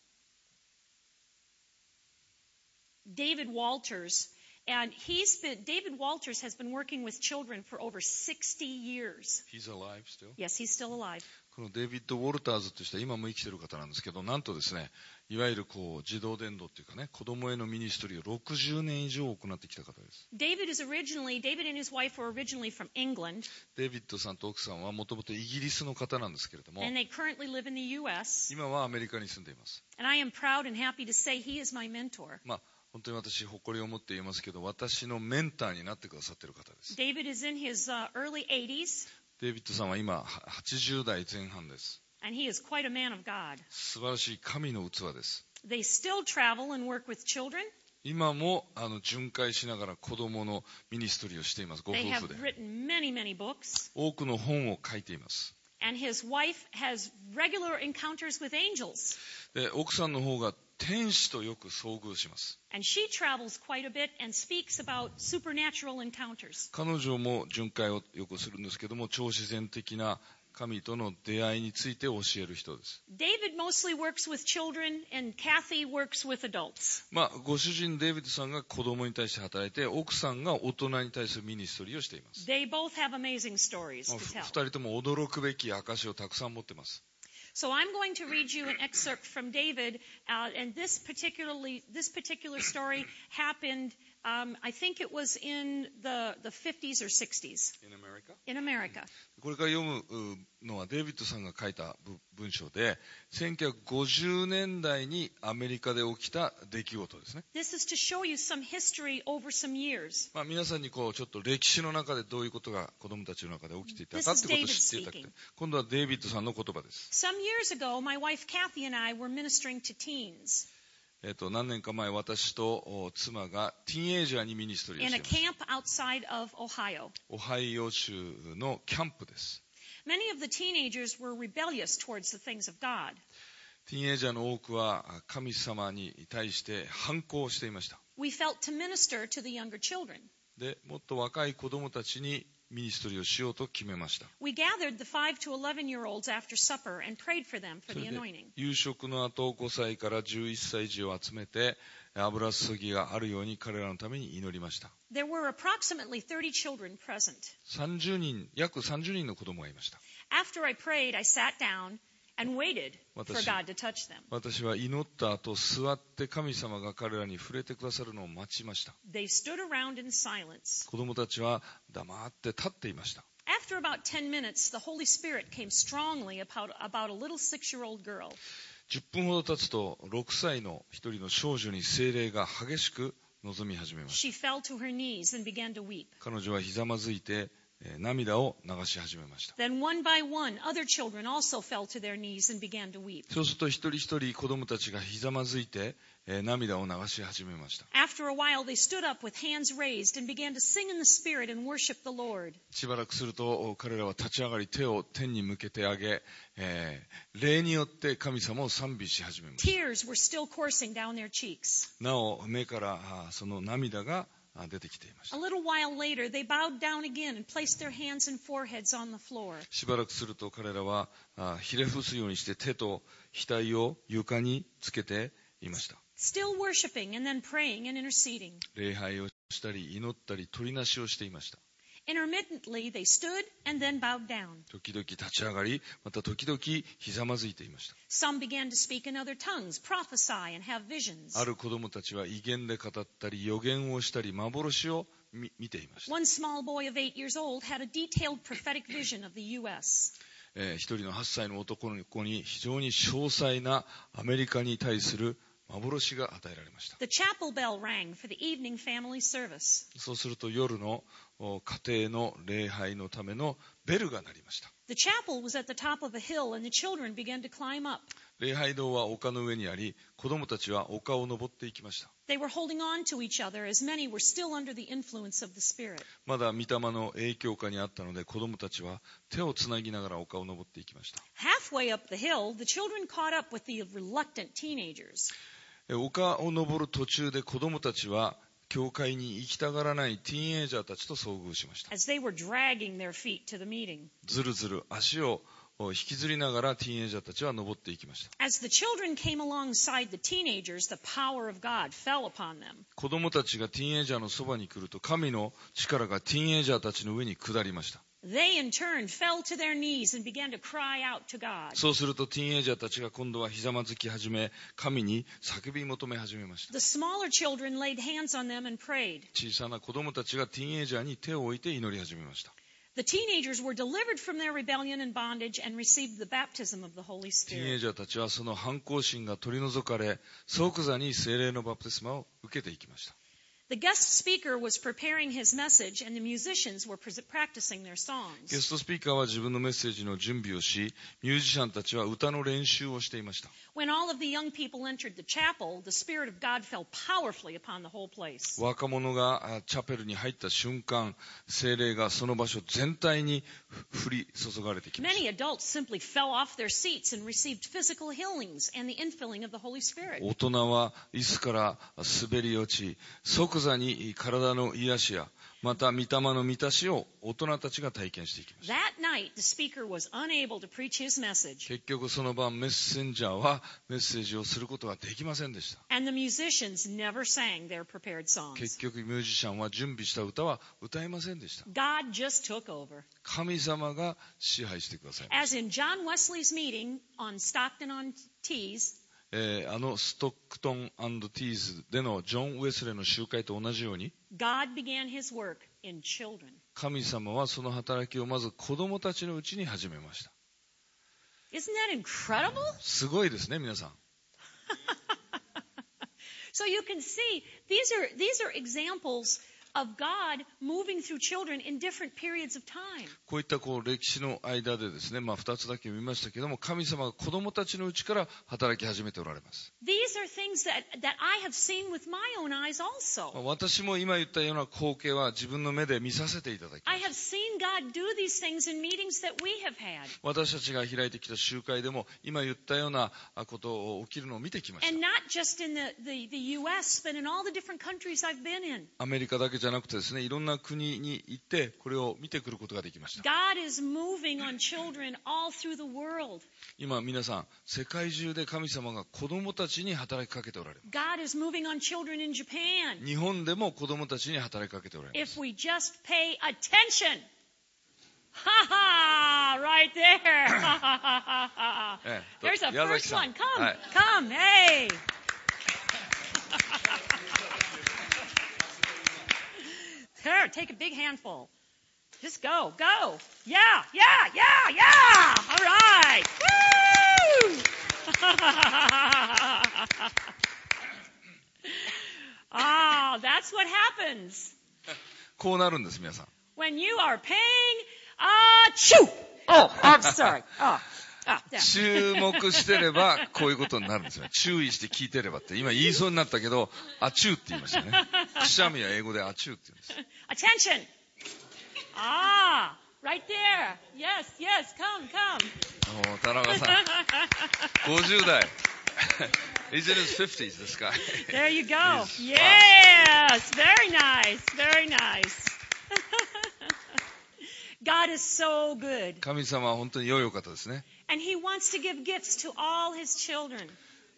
David Walters. And he's been, David Walters has been working with children for over 60 years.
He's alive still.
Yes, he's still alive.
このデイビッド・ウォルターズという人は今も生きている方なんですけど、なんとですね、いわゆるこう児童伝道っていうかね、子供へのミニストリーを60年以上行ってきた方です。
David is originally, David and his wife were originally from England,
デイビッドさんと奥さんはもともとイギリスの方なんですけれども、
and they currently live in the U.S.
今はアメリカに住んでいます。
And I am proud and happy to say he is my mentor.
本当に私、誇りを持って言いますけど、私のメンターになってくださっている方です。
David is in his uh, early 80s,
デイビッドさんは今、は80代前半です。
and he is quite a man of God.
素晴らしい神の器です。
They still travel and work with children.
今もあの巡回しながら子供のミニストリーをしています、ご夫
They
婦で
have。written many, many books,
多くの本を書いています。
and his wife has regular encounters with angels.
で奥さんの方が天使とよく遭遇します
And she travels quite a bit and speaks about supernatural encounters.
彼女も巡回をよくするんですけども超自然的な神との出会いについて教える人です
David mostly works with children, and Kathy works with adults.
まあご主人デイビッドさんが子供に対して働いて奥さんが大人に対するミニストリーをしています
They both have amazing stories
まあふ
to
二
tell.
人とも驚くべき証をたくさん持ってます
So I'm going to read you an excerpt from David, uh, and this particularly this particular story happened. Um, I think it was in the the 50s or 60s in America.
これから読むうのはデイビッドさんが書いたぶ文章で1950年代にアメリカで起きた出来事ですね
This is to show you some history over some years.
まあ、皆さんにこうちょっと歴史の中でどういうことが子どもたちの中で起きていた
This
か
is
ってことを知っていただく
David speaking.
今度はデイビッドさんの言葉です、
Some years ago, my wife Kathy and I were ministering to teens
えっと何年か前私とお妻がティーンエイジャーにミニストリーを
in
して
a
いました
camp outside of Ohio.
オハイオ州のキャンプです
Many of the teenagers were rebellious towards the things of God.
ティーンエイジャーの多くはあ神様に対して反抗していました
We felt to minister to the younger children.
でもっと若い子どもたちにミニストリーをしようと決めました
We gathered the 5 to 11 year olds after supper and prayed for them for
そ
the
れで
anointing.
夕食の後5歳から11歳児を集めて油注ぎがあるように彼らのために祈りました
There were approximately 30 children present.
30人、約30人の子供がいました。
After I prayed, I sat down and waited for
私-
God to touch them.
私は祈った後座って神様が彼らに触れてくださるのを待ちました。
They stood around in silence.
子供たちは黙って立っていました。
After about 10 minutes, the Holy Spirit came strongly about, about a little six year old girl.
10分ほど経つと6歳の一人の少女に精霊が激しく望み始めました
She fell to her knees and began to weep.
彼女はひざまずいてえー涙を流し始めました
Then, one by one, other children also fell to their knees and began to weep.
そうすると一人一人子供たちがひざまずいてえー涙を流し始めました
After a while, they stood up with hands raised and began to sing in the Spirit and worship the Lord.
しばらくすると彼らは立ち上がり手を天に向けてあげ、えー霊によって神様を賛美し始めました
Tears were still coursing down their cheeks.
なお目からあーその涙があー出てきていまし
A
た
little while later, they bowed down again and placed their hands and foreheads on the floor.
しばらくすると彼らはあーひれ伏すようにして手と額を床につけていました
Still worshiping and then praying and interceding.
礼拝をしたり祈ったり取りなしをしていました
Intermittently, they stood and then bowed down.
時々立ち上がりまた時々ひざまずいていまし
Some began to speak in other tongues, prophesy, and have visions.
たある子供たちは威厳で語ったり予言をしたり幻を見見ていました、
One small boy of eight years old had a detailed prophetic vision of the U.S.
えー一人の8歳の男の子に非常に詳細なアメリカに対する幻が与えられました
The chapel bell rang for the evening family service.
そうすると夜のお家庭の礼拝のためのベルが鳴りました
The chapel was at the top of a hill, and the children began to climb up.
礼拝堂は丘の上にあり子供たちは丘を登っていきました
They were holding on to each other, as many were still under the influence of the Spirit.
まだ御霊の影響下にあったので子供たちは手をつなぎながら丘を登っていきました
Halfway up the hill, the children caught up with the reluctant teenagers.
え丘を登る途中で子供たちは教会に行きたがらないティーンエイジャーたちと遭遇しました
as they were dragging their feet to the meeting.
ずるずる足を引きずりながらティーンエイジャーたちは登っていきました
As the children came alongside the teenagers, the power of God fell upon them.
子供たちがティーンエイジャーのそばに来ると神の力がティーンエイジャーたちの上に下りました
They in turn fell to their knees and began to cry out to God.
そうするとティーンエイジャーたちが今度はひざまずき始め神に叫び求め始めました
The smaller children laid hands on them and prayed.
小さな子供たちがティーンエイジャーに手を置いて祈り始めました
The teenagers were delivered from their rebellion and bondage and received the baptism of the Holy
ティーンエ
Spirit.
イジャーたちはその反抗心が取り除かれ即座に精霊のバプテスマを受けていきました
The guest speaker was preparing his message, and the musicians were pres- practicing their
ゲ
songs.
ストスピーカーは自分のメッセージの準備をしミュージシャンたちは歌の練習をしていました
When all of the young people entered the chapel, the Spirit of God fell powerfully upon the whole place.
若者があチャペルに入った瞬間精霊がその場所全体にふ降り注がれてきまし
Many adults simply fell off their seats and received physical healings and the infilling of the Holy
た
Spirit.
大人は椅子から滑り落ち即座に体の癒しやまた御霊の満たしを大人たちが体験していきました
That night, the speaker was unable to preach his message,
結局その晩メッセンジャーはメッセージをすることができませんでした
and the musicians never sang their prepared songs.
結局ミュージシャンは準備した歌は歌えませんでした
God just took over.
神様が支配してくださいまし
As
た
in John Wesley's meeting on Stockton on Tees,
えーあのストックトンティーズでのジョン・ウェスレーの集会と同じように
God began his work in children.
神様はその働きをまず子供たちのうちに始めました
Isn't that incredible?
すごいですね皆さん
So you can see these are these are examples of God moving through children in different periods of time.
こういったこう歴史の間でですね、まあ、2つだけ見ましたけども神様が子供たちのうちから働き始めておられます
These are things that, that I have seen with my own eyes
まあ
also.
私も今言ったような光景は自分の目で見させていただきました
I have seen God do these things in meetings that we have had.
私たちが開いてきた集会でも今言ったようなあことを起きるのを見てきまし
And
た
not just in the, the, the U.S., but in all the different countries I've been in.
アメリカだけじゃなくてですねいろんな国に行ってこれを見てくることができました
God is moving on children all through the world.
今皆さん世界中で神様が子供たちに働きかけておられま
God is moving on children in
す
Japan.
日本でも子供たちに働きかけておられま
If
す
we just pay attention. Ha ha! Right there. Ha ha ha ha ha.
ええ
There's a
矢
first
崎さ
one.
ん
Come,
はい
come, hey. There, take a big handful. Just go, go. Yeah, yeah, yeah, yeah. All right. Woo! ah, that's what happens
こうなるんです皆さん
when you are paying. Ah, choo. Oh, I'm sorry. Ah, ah, yeah.
注目してれ ばこういうことになるんですよ注意して聞いてればって今言いそうになったけど「あちゅう」って言いましたねくしゃみは英語で「あちゅう」って言うんです
Attention. Ah, right there. Yes, yes. Come, come.
もう田中さん50代 Is it his 50s ですか
There you go.
He's-
Yes, very nice, very nice. God is so good,
神様は本当に良いお方ですね
and He wants to give gifts to all His children.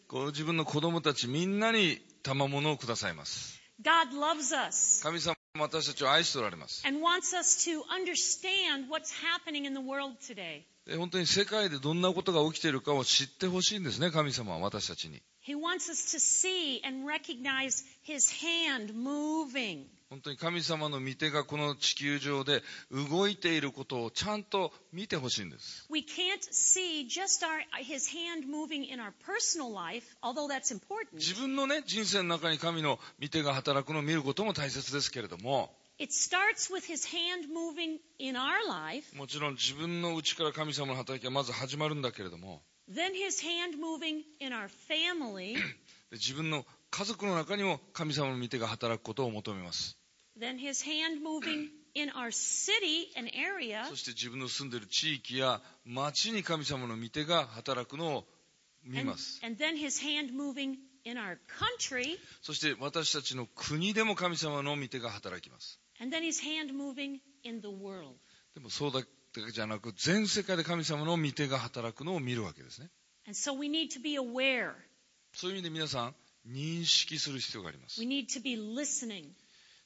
ご自分の子供たちみんなに賜物をくださいます
God loves us
神様は私たちを愛しておられます
and wants us to understand what's happening in the world today.
で本当に世界でどんなことが起きているかを知ってほしいんですね神様は私たちに
He wants us to see and recognize His hand moving.
本当に神様の御手がこの地球上で動いていることをちゃんと見てほしいんです
We can't see just our, His hand moving in our personal life, although that's important.
自分のね人生の中に神の御手が働くのを見ることも大切ですけれども
It starts with his hand moving in our life,
もちろん自分の内から神様の働きがまず始まるんだけれども
then his hand moving in our family,
で自分の家族の中にも神様の御手が働くことを求めます
then his hand moving in our city and area,
そして自分の住んでいる地域や町に神様の御手が働くのを見
and,
ます
and then his hand moving in our country,
そして私たちの国でも神様の御手が働きます
and then his hand moving in the world.
でもそうだけじゃなく全世界で神様の御手が働くのを見るわけですね
And so we need to be aware.
そういう意味で皆さん認識する必要があります
We need to be listening.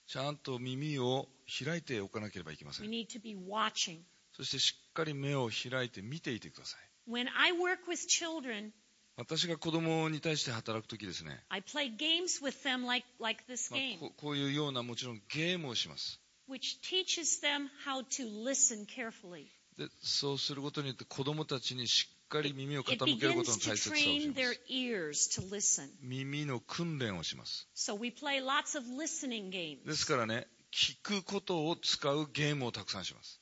ちゃんと耳を開いておかなければいけませ
We
ん
need to be watching.
そしてしっかり目を開いて見ていてください
When I work with children,
私が子供に対して働く時ですね、
I play games with them like, like this
まあ
game.
ここういうようなもちろんゲームをします
which teaches them how to listen carefully.
でそうすることによって子供たちにしっかり耳を
It
傾けること
begins
の
to
大切さを教え
train
ま
their ears
す
to listen.
耳の訓練をします
So we play lots of listening
で
games
すからね聞くことを使うゲームをたくさんします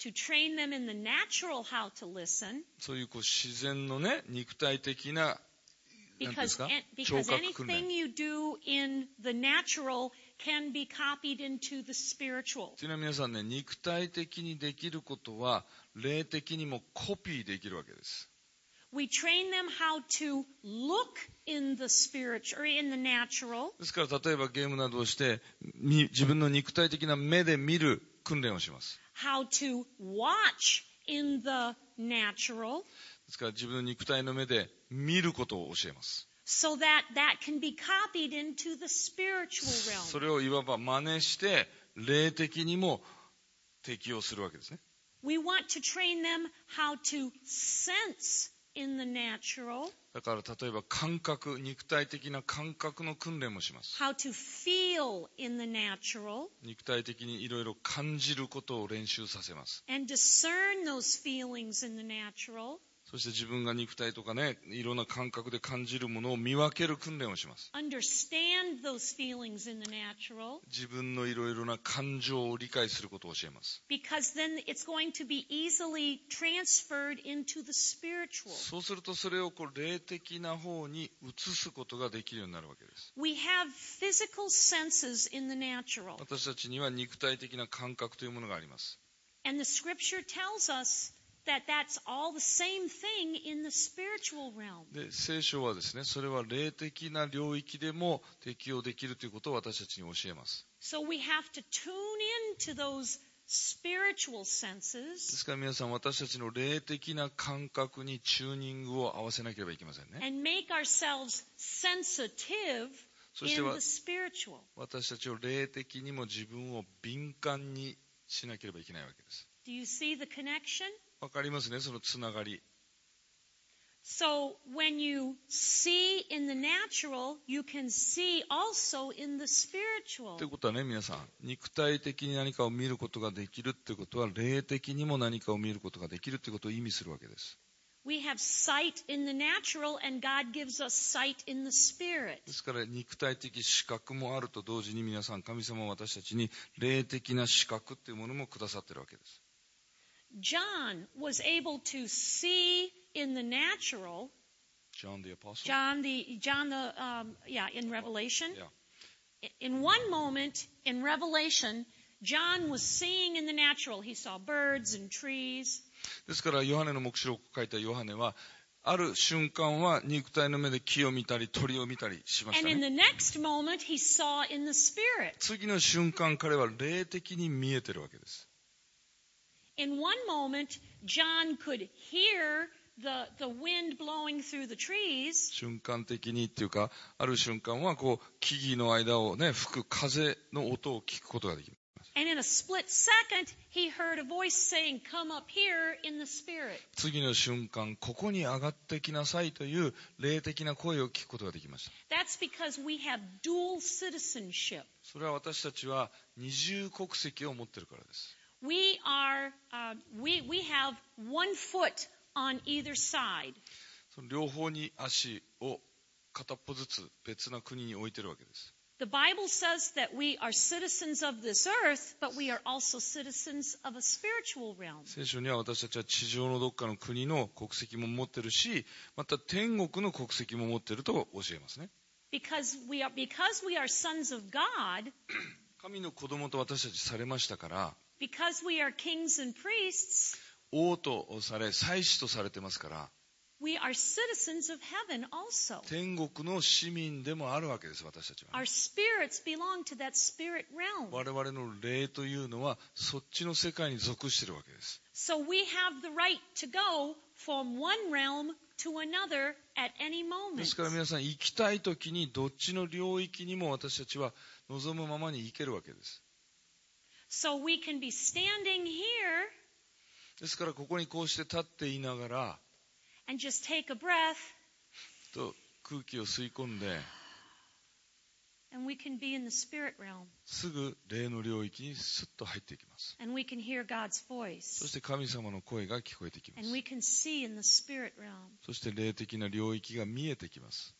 to train them in the natural how to listen
そういうこう自然のね肉体的な
because,
なんていうんですか？
an- because
聴覚訓練。
anything you do in the natural can be copied into the spiritual.
というのは皆さんね肉体的にできることは霊的にもコピーできるわけです
We train them how to look in the spiritual or in the natural
ですから例えばゲームなどをしてみ自分の肉体的な目で見る訓練をします
how to watch in the natural
ですから自分の肉体の目で見ることを教えます
so that that can be copied into the spiritual
そ
realm.
れをいわば真似して霊的にも適用するわけですね
We want to train them how to sense in the natural,
だから例えば感覚肉体的な感覚の訓練もします
how to feel in the natural,
肉体的にいろいろ感じることを練習させます
and discern those feelings in the natural,
そして自分が肉体とかね、いろんな感覚で感じるものを見分ける訓練をします。
understand those feelings in the natural,
自分のいろいろな感情を理解することを教えます。
because then it's going to be easily transferred into the spiritual.
そうするとそれをこう霊的な方に移すことができるようになるわけです。
We have physical senses in the natural.
私たちには肉体的な感覚というものがあります。
And the scripture tells us that that's all the same thing in the spiritual realm.
で、聖書はですね、それは霊的な領域でも適用できるということを私たちに教えます。
So we have to tune in to those spiritual
で
senses
すから皆さん私たちの霊的な感覚にチューニングを合わせなければいけませんね。
and make ourselves sensitive
そして
in the
は
spiritual.
私たちを霊的にも自分を敏感にしなければいけないわけです。
Do Do you see the connection?
わかりますね、そのつながり。
So when you see in the natural, you can see also in the spiritual.
ということはね、皆さん、肉体的に何かを見ることができるってことは、霊的にも何かを見ることができるってことを意味するわけです。
We have sight in the natural, and God gives us sight in the spirit.
ですから、肉体的資格もあると同時に皆さん、神様は私たちに霊的な資格っていうものもくださってるわけです。
John was able to see in the natural.
John the Apostle.
John the John the um, yeah in Revelation.
Yeah.
In one moment in Revelation, John was seeing in the natural. He saw birds and trees.
ですから、ヨハネの目視録を書いたヨハネは、ある瞬間は肉体の目で木を見たり鳥を見たりしました
And in
ね。
the next moment, he saw in the spirit.
次の瞬間、彼は霊的に見えてるわけです。
In one moment, John could hear the, the wind blowing through the trees.
瞬間的にっていうか、ある瞬間はこう、木々の間をね、吹く風の音を聞くことができる。
And in a split second, he heard a voice saying, Come up here in the spirit.
次の瞬間、ここに上がってきなさいという霊的な声を聞くことができました。
That's because we have dual citizenship.
それは私たちは二重国籍を持ってるからです。
We are, uh, we, we have one foot on either side.
その両方に足を片っぽずつ別な国に置いてるわけです。
The Bible says that we are citizens of this earth, but we are also citizens of a spiritual realm.
聖書には私たちは地上のどっかの国の国籍も持ってるし、また天国の国籍も持ってると教えますね。
Because we are, because we are sons of God,
神の子供と私たちされましたから、
because we are kings and priests,
王とされ、祭司とされてますから、
we are citizens of heaven also.
天国の市民でもあるわけです、私たちはね、
Our spirits belong to that spirit realm.
我々の霊というのは、そっちの世界に属してるわけです。
So we have the right to go from one realm to another at any
で
moment.
すから皆さん、行きたい時に、どっちの領域にも私たちは望むままに行けるわけです。
So we can be standing here
ですから、ここにこうして立っていながら、
and just take a breath
と空気を吸い込んで、
and we can be in the spirit realm
すぐ霊の領域にスッと入っていきます。
and we can hear God's
そし
voice
て神様の声が聞こえてきます
and。we can see in the spirit realm.
そして霊的な領域が見えてきます。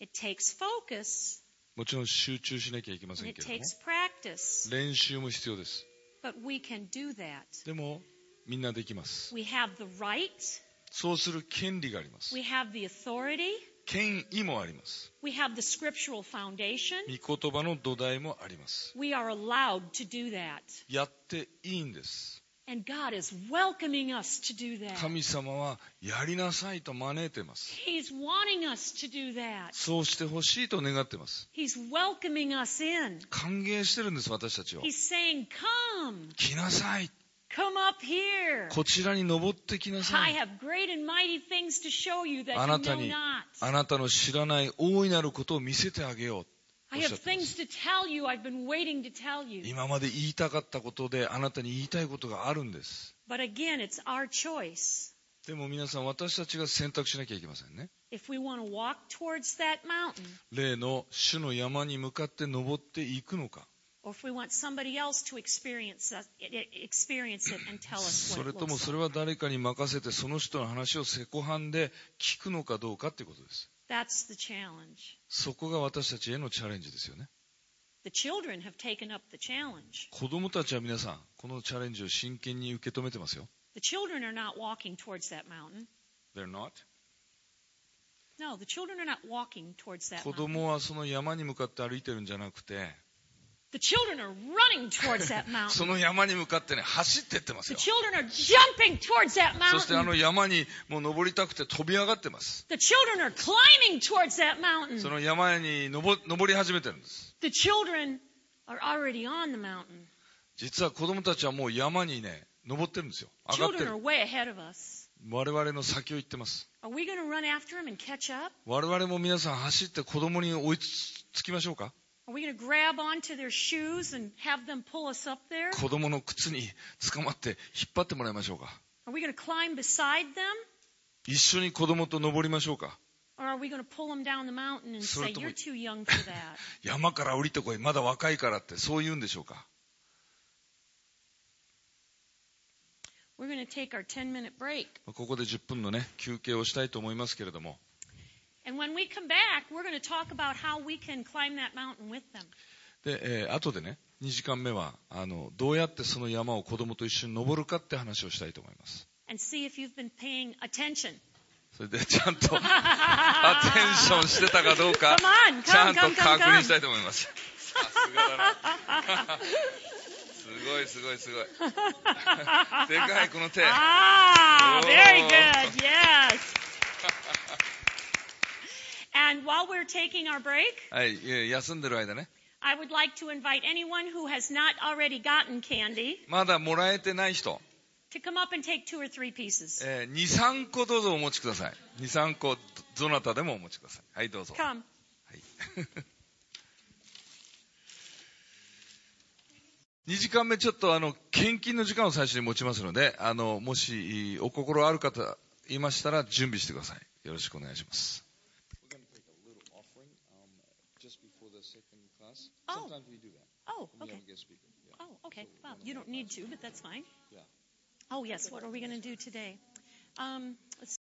It takes focus
もちろん集中しなきゃいけませ
and
ん
it
けれども
takes、practice,
練習も必要です。
but we can do that.
でも、みんなできます。
We have the right,
そうする権利があります。
we have the authority,
権威もあります。
we have the scriptural foundation.
御言葉の土台もあります。
We are allowed to do that.
やっていいんです。
And God is welcoming us to do that.
神様は、やりなさいと招いてます。
He's wanting us to do that.
そうしてほしいと願ってます。
He's welcoming us in.
歓迎してるんです、私たちを。
He's saying, Come,
来なさい。
come up here.
こちらに登ってきなさ
I
い。
have great and mighty things to show you that
あ
you
な
know
たに
not.
あなたの知らない大いなることを見せてあげよう。
I have things to tell you I've been waiting to tell you.
今まで言いたかったことであなたに言いたいことがあるんです。
But again, it's our choice.
でも皆さん私たちが選択しなきゃいけませんね。
If we want to walk towards that mountain,
例の主の山に向かって登っていくのか、
or if we want somebody else to experience, us, experience it and tell us
そ
what
れ
it
とも
looks
そ
like.
れは誰かに任せてその人の話をセコハンで聞くのかどうかっていうことです。
That's the challenge.
そこが私たちへのチャレンジですよね。
The children have taken up the challenge.
子供たちは皆さん、このチャレンジを真剣に受け止めてますよ。
The children are not walking towards that mountain.
They're not.
No, the children are not walking towards that
子
mountain.
供はその山に向かって歩いてるんじゃなくて、
The children are running towards that
そ
mountain.
の山に向かってね、走ってってます
The
よ。
children are jumping towards that
そしてあ
mountain.
の山にもう登りたくて飛び上がってます。
The children are climbing towards that
そ
mountain.
の山に登登り始めてるんです。
The children are already on the mountain.
実は子供たちはもう山にね、登ってるんですよ。上がって
Children
る
are。way ahead of us.
我々の先を行ってます。
Are we going to run after them and catch up?
我々も皆さん走って子供に追いつつきましょうか
Are we going to grab onto their shoes and have them pull us up there?
子供の靴に捕まって引っ張ってもらいましょうか
Are we going to climb beside them?
一緒に子供と登りましょうか
Or are we going to pull them down the mountain and say,
それとも-
You're too young for that?
山から降りてこいまだ若いからってそう言うんでしょうか
We're going to take our 10 minute break.
ここで10分のね休憩をしたいと思いますけれども
And when we come back, we're going to talk about how we can climb that mountain with them.
で、えー後でね2時間目はあのどうやってその山を子供と一緒に登るかって話をしたいと思います
and see if you've been paying attention.
それでちゃん とアテンションしてたかどうか
Come on, come,
ちゃんと
come, come,
確認し
come.
たいと思いますさすがだなすごいすごいすごいでかいこ の手
Ah,
Oh.
very good, yes. And while we're taking our break,
はいえー休んでる間ね
I would like to invite anyone who has not already gotten candy
まだもらえてない人、
to come up and take two or three
Eh,
pieces.
えー、23個どうぞお持ちください23個どどなたでもお持ちくださいはいどうぞ
Come.
はい、2時 間目、ちょっとあの献金の時間を最初に持ちますので、あのもしお心ある方いましたら準備してください。よろしくお願いします。
We're going to take a little offering um, just before the second class.
Oh.
Sometimes we do that.
Oh,
when
okay.
We have a guest speaker. Yeah.
Oh, okay. Well, you don't need to, but that's fine.
Yeah.
Oh, yes. What are we going to do today? Um, let's